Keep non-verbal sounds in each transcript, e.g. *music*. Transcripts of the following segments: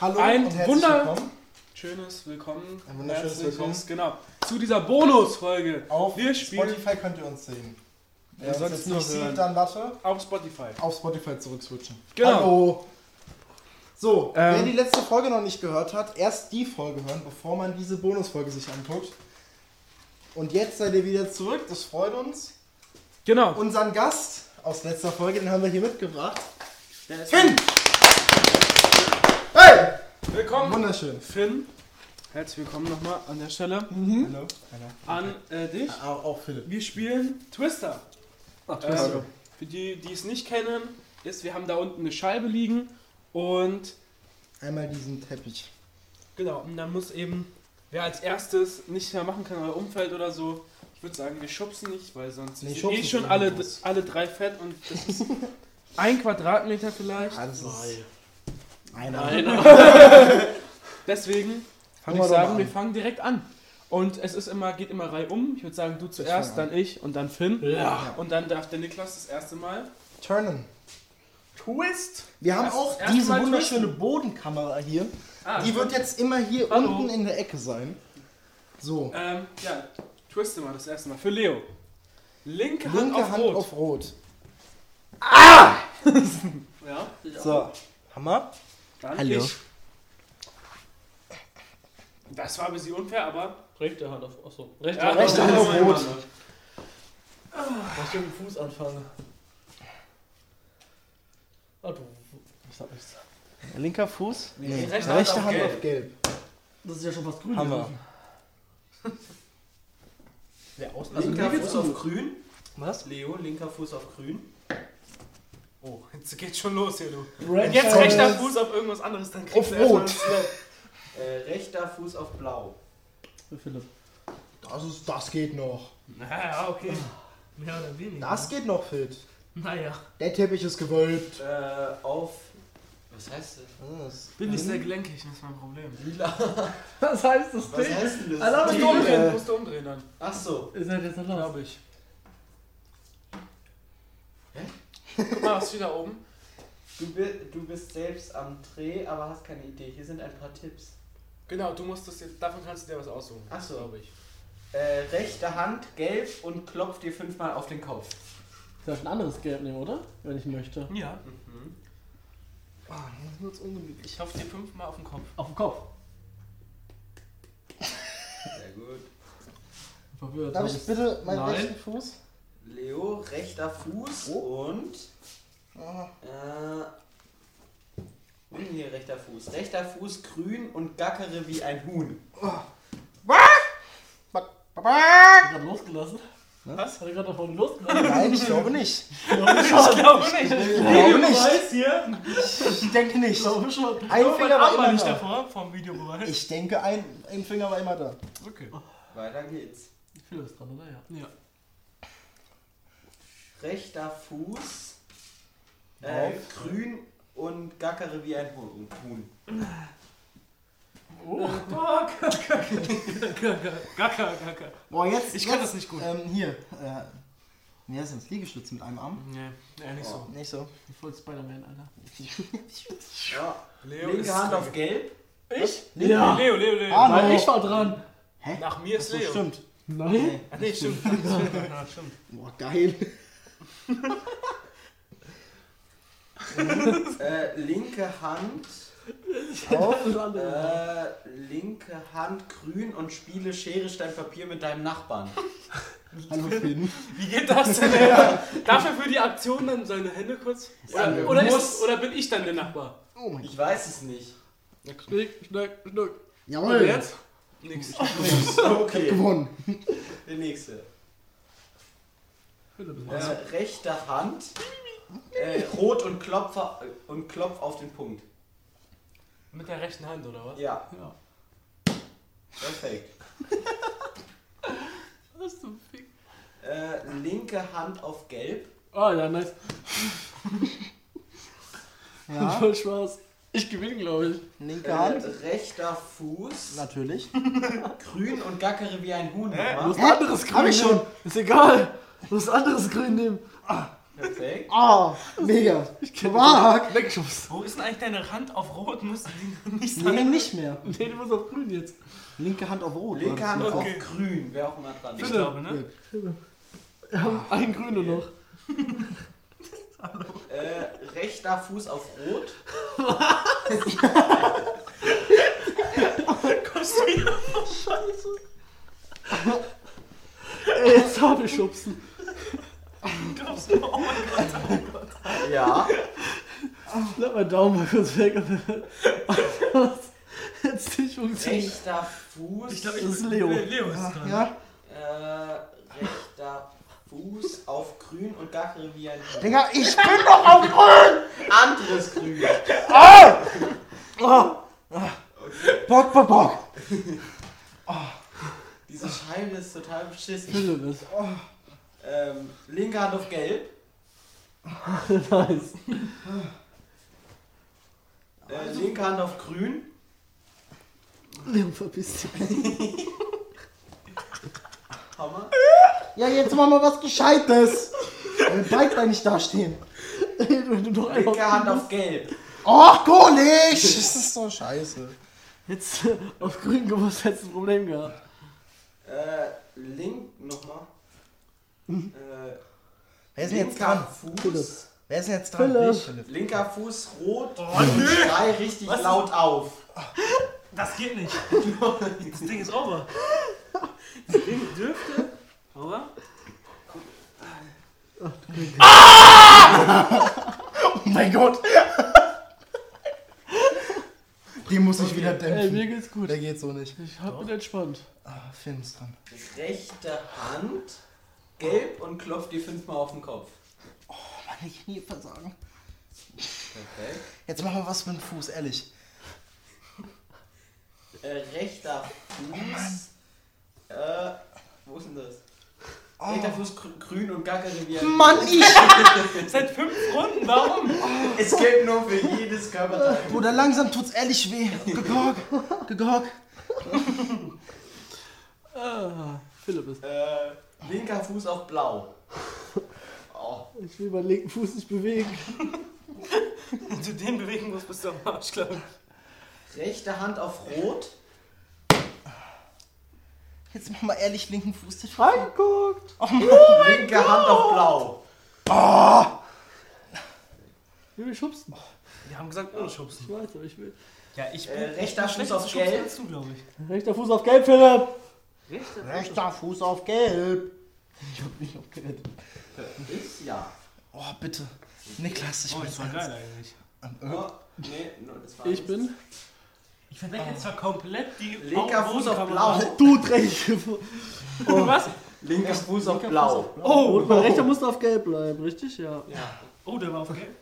Hallo Ein und herzlich Wunder- willkommen Schönes Willkommen. Ein wunderschönes herzlich Willkommen. Genau. Zu dieser Bonusfolge. auf Wir spielen Spotify könnt ihr uns sehen. Wer Ihr uns sollt jetzt es nur nicht hören. sieht, dann warte. auf Spotify. Auf Spotify zurückswitchen. Genau. Hallo. So, wer Ähm. die letzte Folge noch nicht gehört hat, erst die Folge hören, bevor man diese Bonusfolge sich anguckt. Und jetzt seid ihr wieder zurück, das freut uns. Genau. Unseren Gast aus letzter Folge, den haben wir hier mitgebracht. Finn! Finn! Hey! Willkommen. Wunderschön. Finn. Herzlich willkommen nochmal an der Stelle Hallo. Hallo. an äh, dich. Ah, auch Philipp. Wir spielen Twister. Ach, Ähm, Twister. für die, die es nicht kennen, ist, wir haben da unten eine Scheibe liegen und Einmal diesen Teppich. genau, und dann muss eben, wer als erstes nicht mehr machen kann, euer Umfeld oder so, ich würde sagen, wir schubsen nicht, weil sonst Nee, sind schubsen eh schon ist alle, sinnlos. alle drei fett und das *laughs* ist ein Quadratmeter vielleicht. Ah, das ist einer. Deswegen Fangen wir würde ich doch mal sagen, wir an. fangen direkt an. Und es ist immer, geht immer Reihe um. Ich würde sagen, du zuerst, fang an. dann ich und dann Finn. Ja. Und dann darf der Niklas das erste Mal. Turnen. Twist! Wir haben Das auch erste diese Mal wunderschöne twisten. Bodenkamera hier. Ah, Die wird jetzt immer hier Hallo. unten in der Ecke sein. So, Ähm, ja, twiste mal das erste Mal. Für Leo. Linke, Hand linke auf Hand Rot. auf Rot. ja, So, Hammer. dann Hallo. Ich. Das war ein bisschen unfair, aber. Rechte Hand auf. Achso. Rechte Ja, Hand rechte Hand auf auf. Rot. Was ich mit dem Fuß anfangen. Ah, du. Ich sag nichts. Linker Fuß? Nee, Nee, rechte, rechte Hand auf Hand Gelb. auf Gelb. Das ist ja schon fast grün. Hammer. Der Außen. Also Linker linker Fuß Fuß. auf grün. Was? Leo, linker Fuß auf grün. Oh, jetzt geht's schon los hier, du. Red Wenn jetzt Turn. rechter Fuß auf irgendwas anderes, dann kriegst Auf du Rot. erstmal einen Slow. Äh, rechter Fuß auf blau. Für Philipp. Das, ist, das geht noch. Naja, okay. Mehr oder weniger. Das geht noch, Fit. Naja. Der Teppich ist gewölbt. Äh, auf. Was heißt das? Das ist- Bin ich sehr gelenkig, das ist mein Problem. Lila. Was heißt das Was heißt denn das? Alarm- Musst du Die, umdrehen, äh, musst du umdrehen dann. Ach so. Ist halt jetzt erlaubt. Glaube ich. Guck mal, was ist wieder oben? Du, bi du bist selbst am Dreh, aber hast keine Idee. Hier sind ein paar Tipps. Genau, du musst das jetzt, davon kannst du dir was aussuchen. Ach so. glaube ich. Äh, rechte Hand gelb und klopf dir fünfmal auf den Kopf. Darf ich ein anderes Gelb nehmen, oder? Wenn ich möchte. Ja. Mhm. Ah, jetzt wird's ungemütlich. Ich hoffe dir fünfmal auf den Kopf. Auf den Kopf. Sehr gut. Verwirrt. Darf ich bitte meinen Nein. rechten Fuß? Leo, rechter Fuß und. Ah, Äh, und hier rechter Fuß. Rechter Fuß grün und gackere wie ein Huhn. ba- ba- ba- Hat er gerade losgelassen? Was? Hat er gerade davon losgelassen? Nein, ich glaube nicht. Ich glaube nicht. Videobeweis hier. Ich denke nicht. glaube schon. Ein Finger war immer nicht da. davor, vom Videobeweis. Ich denke, ein, ein Finger war immer da. Okay. Weiter geht's. Philipp ist dran, oder? *laughs* Ja. Ja. Rechter Fuß äh, grün und gackere wie ein Huhn. Huhn. Oh. Gacka, gacka. Boah, jetzt. Ich kann jetzt, das nicht gut. Ähm, hier. Äh, wie heißt das? Liegestütze mit einem Arm? Nee, nee, nicht so. Nicht so. Voll Spider-Man, Alter. Ja. Leo Linke Hand auf gelb. Ich? Ja. Leo, Leo, Leo. Ah, Weil Hallo. ich war dran. Hä? Nach mir ist Achso, Leo. stimmt. Nein. Ah, nee, stimmt. *laughs* Ja, stimmt. Boah, geil. Äh, linke Hand. *laughs* Auf und an. Äh, linke Hand grün und spiele Schere Stein Papier mit deinem Nachbarn. Hallo Finn. Wie geht das denn? Alter? Äh. Darf er für die Aktion dann seine Hände kurz? Oder, Ja, oder, muss. ist, oder bin ich dann der Nachbar? Oh mein Gott. Ich weiß es nicht. Schnick, schnack, schnuck. Jawohl. Und jetzt? Nix. Okay. Gewonnen. Der nächste. Philipp ist Äh, rechte Hand. Äh, rot und klopf, und klopf auf den Punkt. Mit der rechten Hand, oder was? Ja, Ja. perfekt. Was zum Fick? Äh, linke Hand auf gelb. Ah ja, nice. Ja. *laughs* Voll Spaß. Ich gewinne, glaube ich. Äh, Linke Hand. rechter Fuß. Natürlich. Grün und gackere wie ein Huhn. nochmal. Du musst Hä? anderes Hab Grün ich schon. nehmen. Ist egal. Du musst anderes Grün nehmen. Perfekt. Ah, mega. Quark. Wegschuss. Wo ist denn eigentlich deine Hand auf Rot? Musst du die noch nicht Nee, sagen? nicht mehr. Nee, du musst auf grün jetzt. Linke Hand auf Rot. Linke Hand auf Okay. auf grün, wer auch immer dran Ich ist. glaube, ne? Wir haben einen Grüne noch. Äh, rechter Fuß auf rot. Kommst du wieder? Ey, jetzt habe ich schubsen. Glaubst du? Oh mein Gott. Ja. Lass meinen Daumen mal kurz weg. *laughs* Was? Jetzt nicht funktioniert. Rechter Fuß. Ich glaube, ich Das ist Leo. Äh, Leo ist dran. Ja. äh, rechter Fuß auf grün und Gachere wie ein Digga, ich bin doch auf Grün! anderes Grün. Ah! Ah! Bock, bock, bock. Diese Scheibe ist total beschissen. Philipp ist. Ähm, linke Hand auf gelb. *laughs* Nice. Äh, Also- linke Hand auf grün. Leon, verpiss dich. Hammer. Ja, jetzt mach mal was Gescheites. Wenn beide da nicht dastehen. Wenn du noch einen auf- Linke Hand auf gelb. Och, Kolich! Das ist so scheiße. Jetzt äh, auf grün gewusst, hättest du ein Problem gehabt. Äh, link nochmal. Äh, Wer ist denn jetzt linker Mhm. dran? Fuß. Wer ist Oh, denn jetzt dran? Philipp. Ich, Philipp. Linker Fuß rot. und schrei richtig laut auf. Das geht nicht. Das Ding ist over. Das Ding dürfte, aber Oh mein Gott! Die muss ich wieder Ey, dämpfen. mir geht's gut. Der geht so nicht. Ich hab mich entspannt. Ah, Finn ist dran. Rechte Hand gelb und klopft dir fünfmal auf den Kopf. Meine Knie versagen. Perfekt. Jetzt machen wir was mit dem Fuß, ehrlich. Äh, rechter Fuß. äh, wo ist denn das? Rechter Fuß grü- grün und gackere *laughs* wie ein. Mann, ich! Seit fünf Runden, warum? Es gilt nur für jedes Körperteil. Bruder, langsam tut's ehrlich weh. Gegorg, gegorg. Ah, Philipp ist. Äh, linker Fuß auf blau. Oh, Ich will meinen linken Fuß nicht bewegen. Wenn du den bewegen musst, bist du am Arsch, glaube ich. rechte Hand auf rot. Jetzt mach mal ehrlich linken Fuß. Das Anguckt! linke Hand auf blau. Ich will mich schubsen. Wir haben gesagt, ohne Schubsen. Ich weiß, aber ich will. Ja, ich Äh, rechter Fuß auf Schubsen gelb. als du, glaube ich. Rechter Fuß auf gelb, Philipp! Rechter Fuß auf gelb. Ich hab mich aufgehört. Ist ja. Oh, bitte. Niklas, ich Oh, bin das war geil eigentlich. Oh, nee, no, das war Ich nichts. bin. Ich verdecke jetzt zwar komplett die Linker Fuß auf Bodenkamera. blau. Du dreckige Fuß. Was? Linker Fuß auf blau. Oh! Und mein rechter musste auf gelb bleiben, richtig? Ja. Oh, der war auf gelb.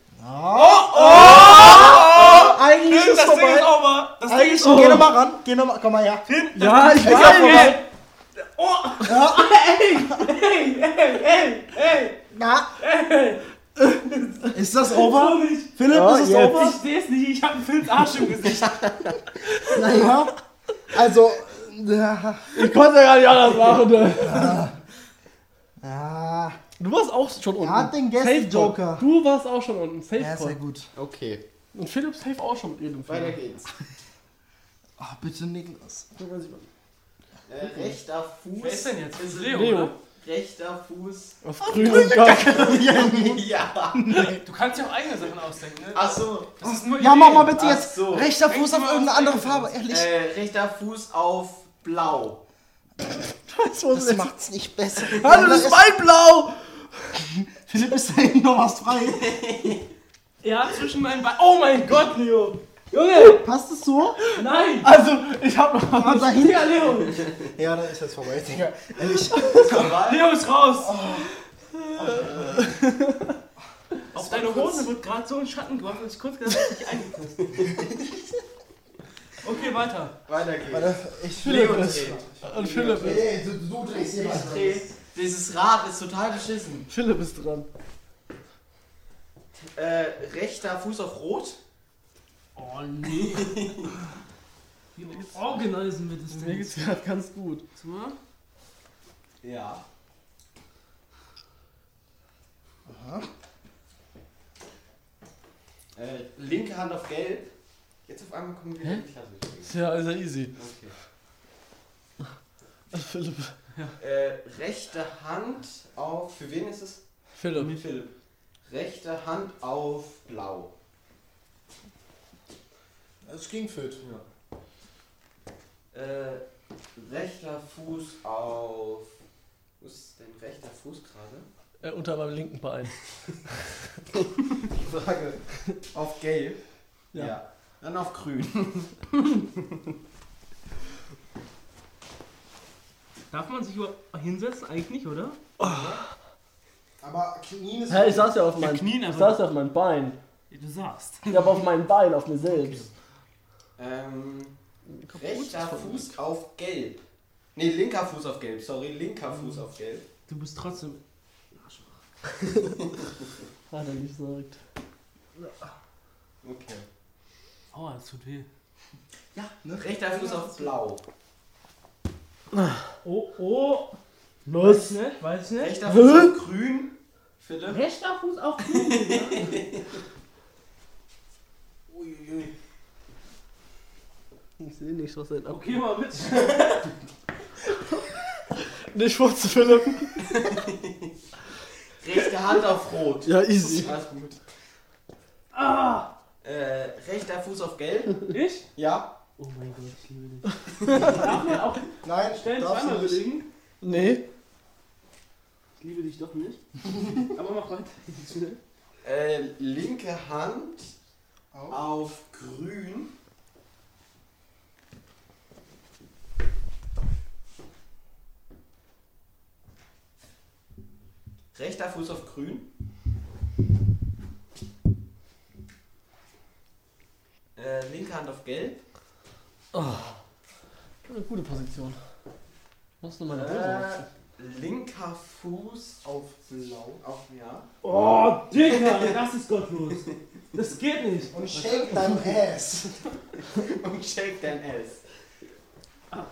Eigentlich Film, ist das Ding ist vorbei. over. Das Ding Eigentlich, ist geh noch mal ran. Geh noch mal, komm mal her. Film, Ja, ich weiß! vorbei. Oh, Na? Ist das over? Philipp, Ja, ist es jetzt. over? ich sehe es nicht. Ich habe einen Films Arsch im Gesicht. Naja. Also, ja. Ich konnte ja gar nicht anders machen. ne? ja. Du warst auch schon unten. Er hat den Safe Gäste-Joker. Joker. Du warst auch schon unten. Safe Ja, ist ja Call. gut. Okay. Und Philipp safe auch schon mit jedem Weiter Philipp. geht's. Ah, bitte, Niklas. Äh, rechter Wer ist Fuß. denn jetzt? Das ist Leo. Leo. oder? Rechter Fuß. Auf grün und gelb. *laughs* Ja. Du kannst dir auch eigene Sachen ausdenken, ne? Achso. Das ist nur Ja, Ideen. mach mal bitte Ach jetzt so. rechter Denk Fuß auf mal irgendeine auf andere rechter Farbe, Fuß. ehrlich. Äh, rechter Fuß auf blau. das macht's nicht besser. Hallo, das ist mein Blau! Philipp ist da hinten noch was frei. Ja, zwischen meinen Beinen. Oh mein Gott, Leo. Junge, Passt es so? nein. Also, ich hab noch Aber da hinten. Digga, Leo. Ja, dann ist jetzt vorbei, Digga. Ehrlich. Leo ist raus. *laughs* Auf deine Hose wird gerade so ein Schatten geworfen, dass ich kurz gedacht habe, dass ich eingeküsst Okay, weiter. Weiter geht's. Warte, ich Leo Leo ist. dreht. Und Philipp ist. Ey, so, so drehst du Ich dreh. Dieses Rad ist total beschissen. Philipp ist dran. Äh, rechter Fuß auf rot. Oh nee. Wie organisieren wir das Mir denn? geht's gerade ganz gut. Warte mal. Ja. Äh, linke Hand auf gelb. Jetzt auf einmal kommen wir Hä? in die Klasse. Ist Ja, ist ja easy. Okay. Philipp. Äh, rechte Hand auf. Für wen ist es? Philipp. Philipp. Rechte Hand auf blau. Es ging fit. Äh, rechter Fuß auf. Wo ist dein rechter Fuß gerade? Äh, unter meinem linken Bein. Die Frage. Auf gelb? Ja. Dann auf grün. Darf man sich überhaupt hinsetzen? Eigentlich nicht, oder? Aber Knien ist. Hä, ich saß ja auf meinem knien Ich einfach. saß ja auf meinem Bein. Ja, du sagst. Ich aber auf meinem Bein, auf mir selbst. ähm, rechter Fuß auf gelb. Ne, linker Fuß auf gelb. Sorry, linker Mhm. Fuß auf gelb. Du bist trotzdem. Hat er nicht gesagt. Okay. Aua, das tut weh. Ne? Rechter Fuß auf blau. Oh, oh. Weiß Los! nicht, weiß nicht. Rechter Fuß auf grün. Philipp. Rechter Fuß auf ne? grün. Uiuiui. Ich sehe nicht, was denn ab. Okay, mal mit. Nicht furzen, Philipp. Rechte Hand auf rot. Ja, easy. Alles gut. Ah! Äh, rechter Fuß auf gelb. Ich? Ja. Oh mein Gott, ich liebe dich. Darf man auch Nein, Stellen darfst zweimal du nicht. belegen? Nee. Ich liebe dich doch nicht. Aber mach weiter. Schnell. Äh, linke Hand Auf. auf grün. Rechter Fuß auf grün. Äh, linke Hand auf gelb. Oh. Eine gute Position. Was ist denn meine Äh, Hose? linker Fuß auf blau. Auf ja. *laughs* Oh, Digga, das ist gottlos. Das geht nicht. Und shake dein Ass. Und shake dein Ass.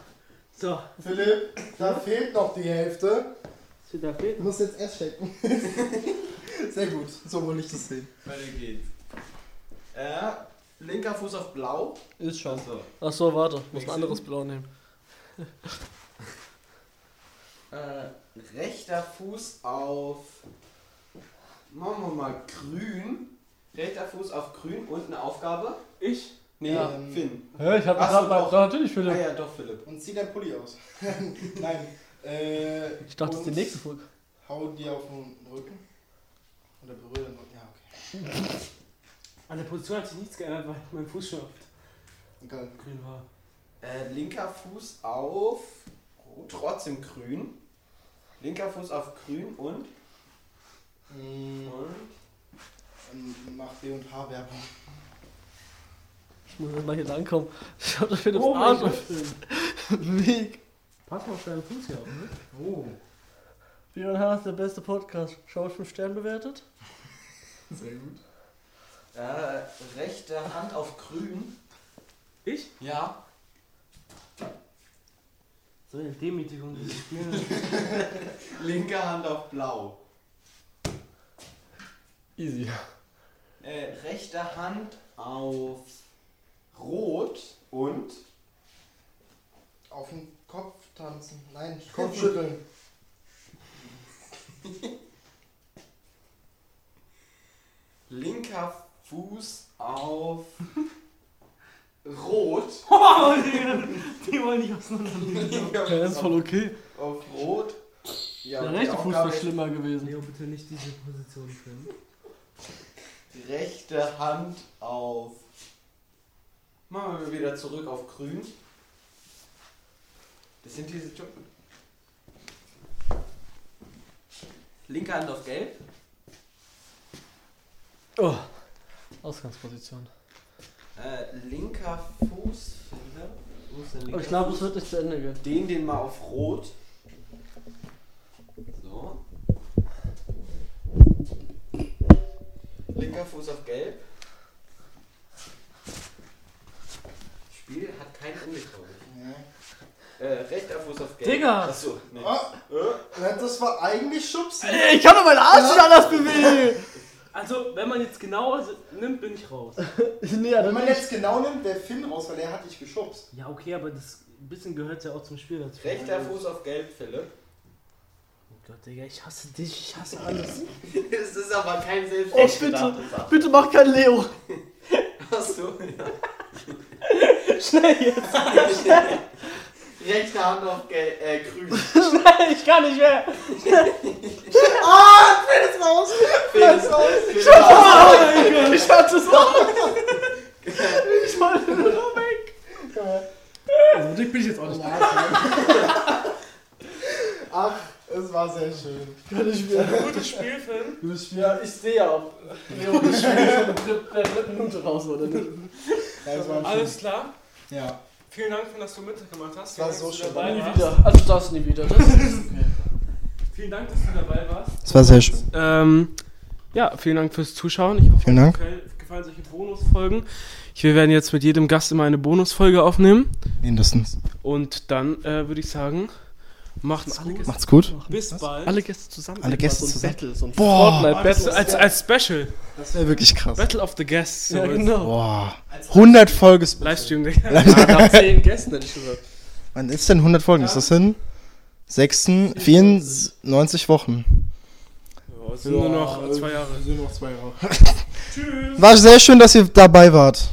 So, Philipp, da fehlt noch die Hälfte. was wird da Du fehlen? musst jetzt Ass shaken. *laughs* Sehr gut, so wollte ich das sehen. Weiter geht's. Äh, linker Fuß auf blau. Ist schon. Achso. Achso, warte. Muss ein Wechseln. anderes Blau nehmen. Äh, rechter Fuß auf. Machen wir mal grün. Rechter Fuß auf grün und eine Aufgabe. Ich? Nee, Ja. Finn. Hä, ich hab Ach so, gerade bei. doch. Ja, natürlich, Ah Philipp. ja, doch, Philipp. Und zieh dein Pulli aus. *laughs* Nein. Äh, Ich dachte, das ist die und nächste Folge. Hau dir auf den Rücken. Oder berühre den Rücken. Ja, okay. An der Position hat sich nichts geändert, weil mein Fuß schon auf Egal. grün war. Äh, linker Fuß auf. Rot, trotzdem grün. Linker Fuß auf grün und. Mm, und ähm, mach B&H Werbung. Ich muss jetzt mal hier langkommen. Ich hab da Philipps Oh mein Arsch Gott. auf dem Weg. Pass mal auf deinen Fuß hier auf, ne? Oh. Björn Haar ist der beste Podcast. Schau, ich 5 Sterne bewertet. Sehr gut. Äh, rechte Hand auf grün. Ich? Ja. So eine Demütigung, die ich *laughs* spüre. Linke Hand auf blau. Easy. Äh, rechte Hand auf rot und. Auf den Kopf tanzen. Nein, Kopf schütteln. Linker Fuß auf Rot. Oh, Digga, die wollen nicht auseinandernehmen. Linker *laughs* Ja, das ist Fuß voll okay. auf, auf Rot. Ja, Der und die rechte Fuß Aufgabe war schlimmer gewesen. Leo, bitte nicht diese Position filmen. ist, Rechte Hand auf. Machen wir wieder zurück auf Grün. Das sind diese Juppen. Linke Hand auf Gelb. Oh. Ausgangsposition. Äh, linker Fuß. Philipp. Wo ist dein linker Ich glaube, Fuß? es wird nicht zu Ende gehen. den den mal auf Rot. So. Linker Fuß auf Gelb. Spiel hat kein Ende, glaube ich. Ja. Äh, rechter Fuß auf Gelb. Digga! Achso, nee. Ah, Äh, ja, das war eigentlich Schubsen. Ich kann doch meinen Arsch nicht anders bewegen! Also, wenn man jetzt genau s- nimmt, bin ich raus. *laughs* nee, ja, Wenn dann man nicht. jetzt genau nimmt, der Finn raus, weil der hat dich geschubst. Ja, okay, aber das ein bisschen gehört ja auch zum Spiel dazu. Rechter Fuß auf gelb, Philipp. Oh Gott, Digga, ich hasse dich, ich hasse alles. *laughs* Es ist aber kein Oh, selbstverständlich. bitte, bitte mach kein Leo. Hast du? *laughs* Schnell jetzt! *laughs* Rechte Hand auf gelb, äh, *laughs* grün. Ich kann nicht mehr! Ah, Finn ist raus! Philipp, Philipp, Philipp, Ich hatte es auch. Ich wollte nur noch weg. Also, dick bin ich jetzt auch nicht. Ach, es war sehr schön. Kann ich mir. Gutes Spiel, Finn. Gutes Spiel. Ja, ich sehe ja auch. Leo, das Spiel ist schon in der dritten- der dritten Minute raus, oder nicht? es war ein Alles klar. schönes- Ja. Vielen Dank, Finn, dass du mitgemacht hast. Das war Vielen Dank, so dass du schön. dabei Nie warst. wieder. Also, das nie wieder. Das ist okay. Vielen Dank, dass du dabei warst. Es war sehr schön. Ähm, ja, vielen Dank fürs Zuschauen. Ich hoffe, Vielen Dank. euch gefall- gefallen solche Bonusfolgen. Ich, wir werden jetzt mit jedem Gast immer eine Bonusfolge aufnehmen. Mindestens. Und dann äh, würde ich sagen, macht's gut. Macht's gut. Bis bald. Alle Gäste zusammen. Alle Gäste so ein zusammen. Battle, so ein Boah. als, Fortnite-Battle. Oh, als, als Special. Das wäre wirklich krass. Battle of the Guests. Ja, so als genau. Boah. 100 Folgen. Livestream, Digga. Ja, nach 10 Gästen hätte ich gesagt. Wann ist denn 100 Folgen? Ist das in 96 Wochen? Es sind nur noch zwei Jahre. War sehr schön, dass ihr dabei wart.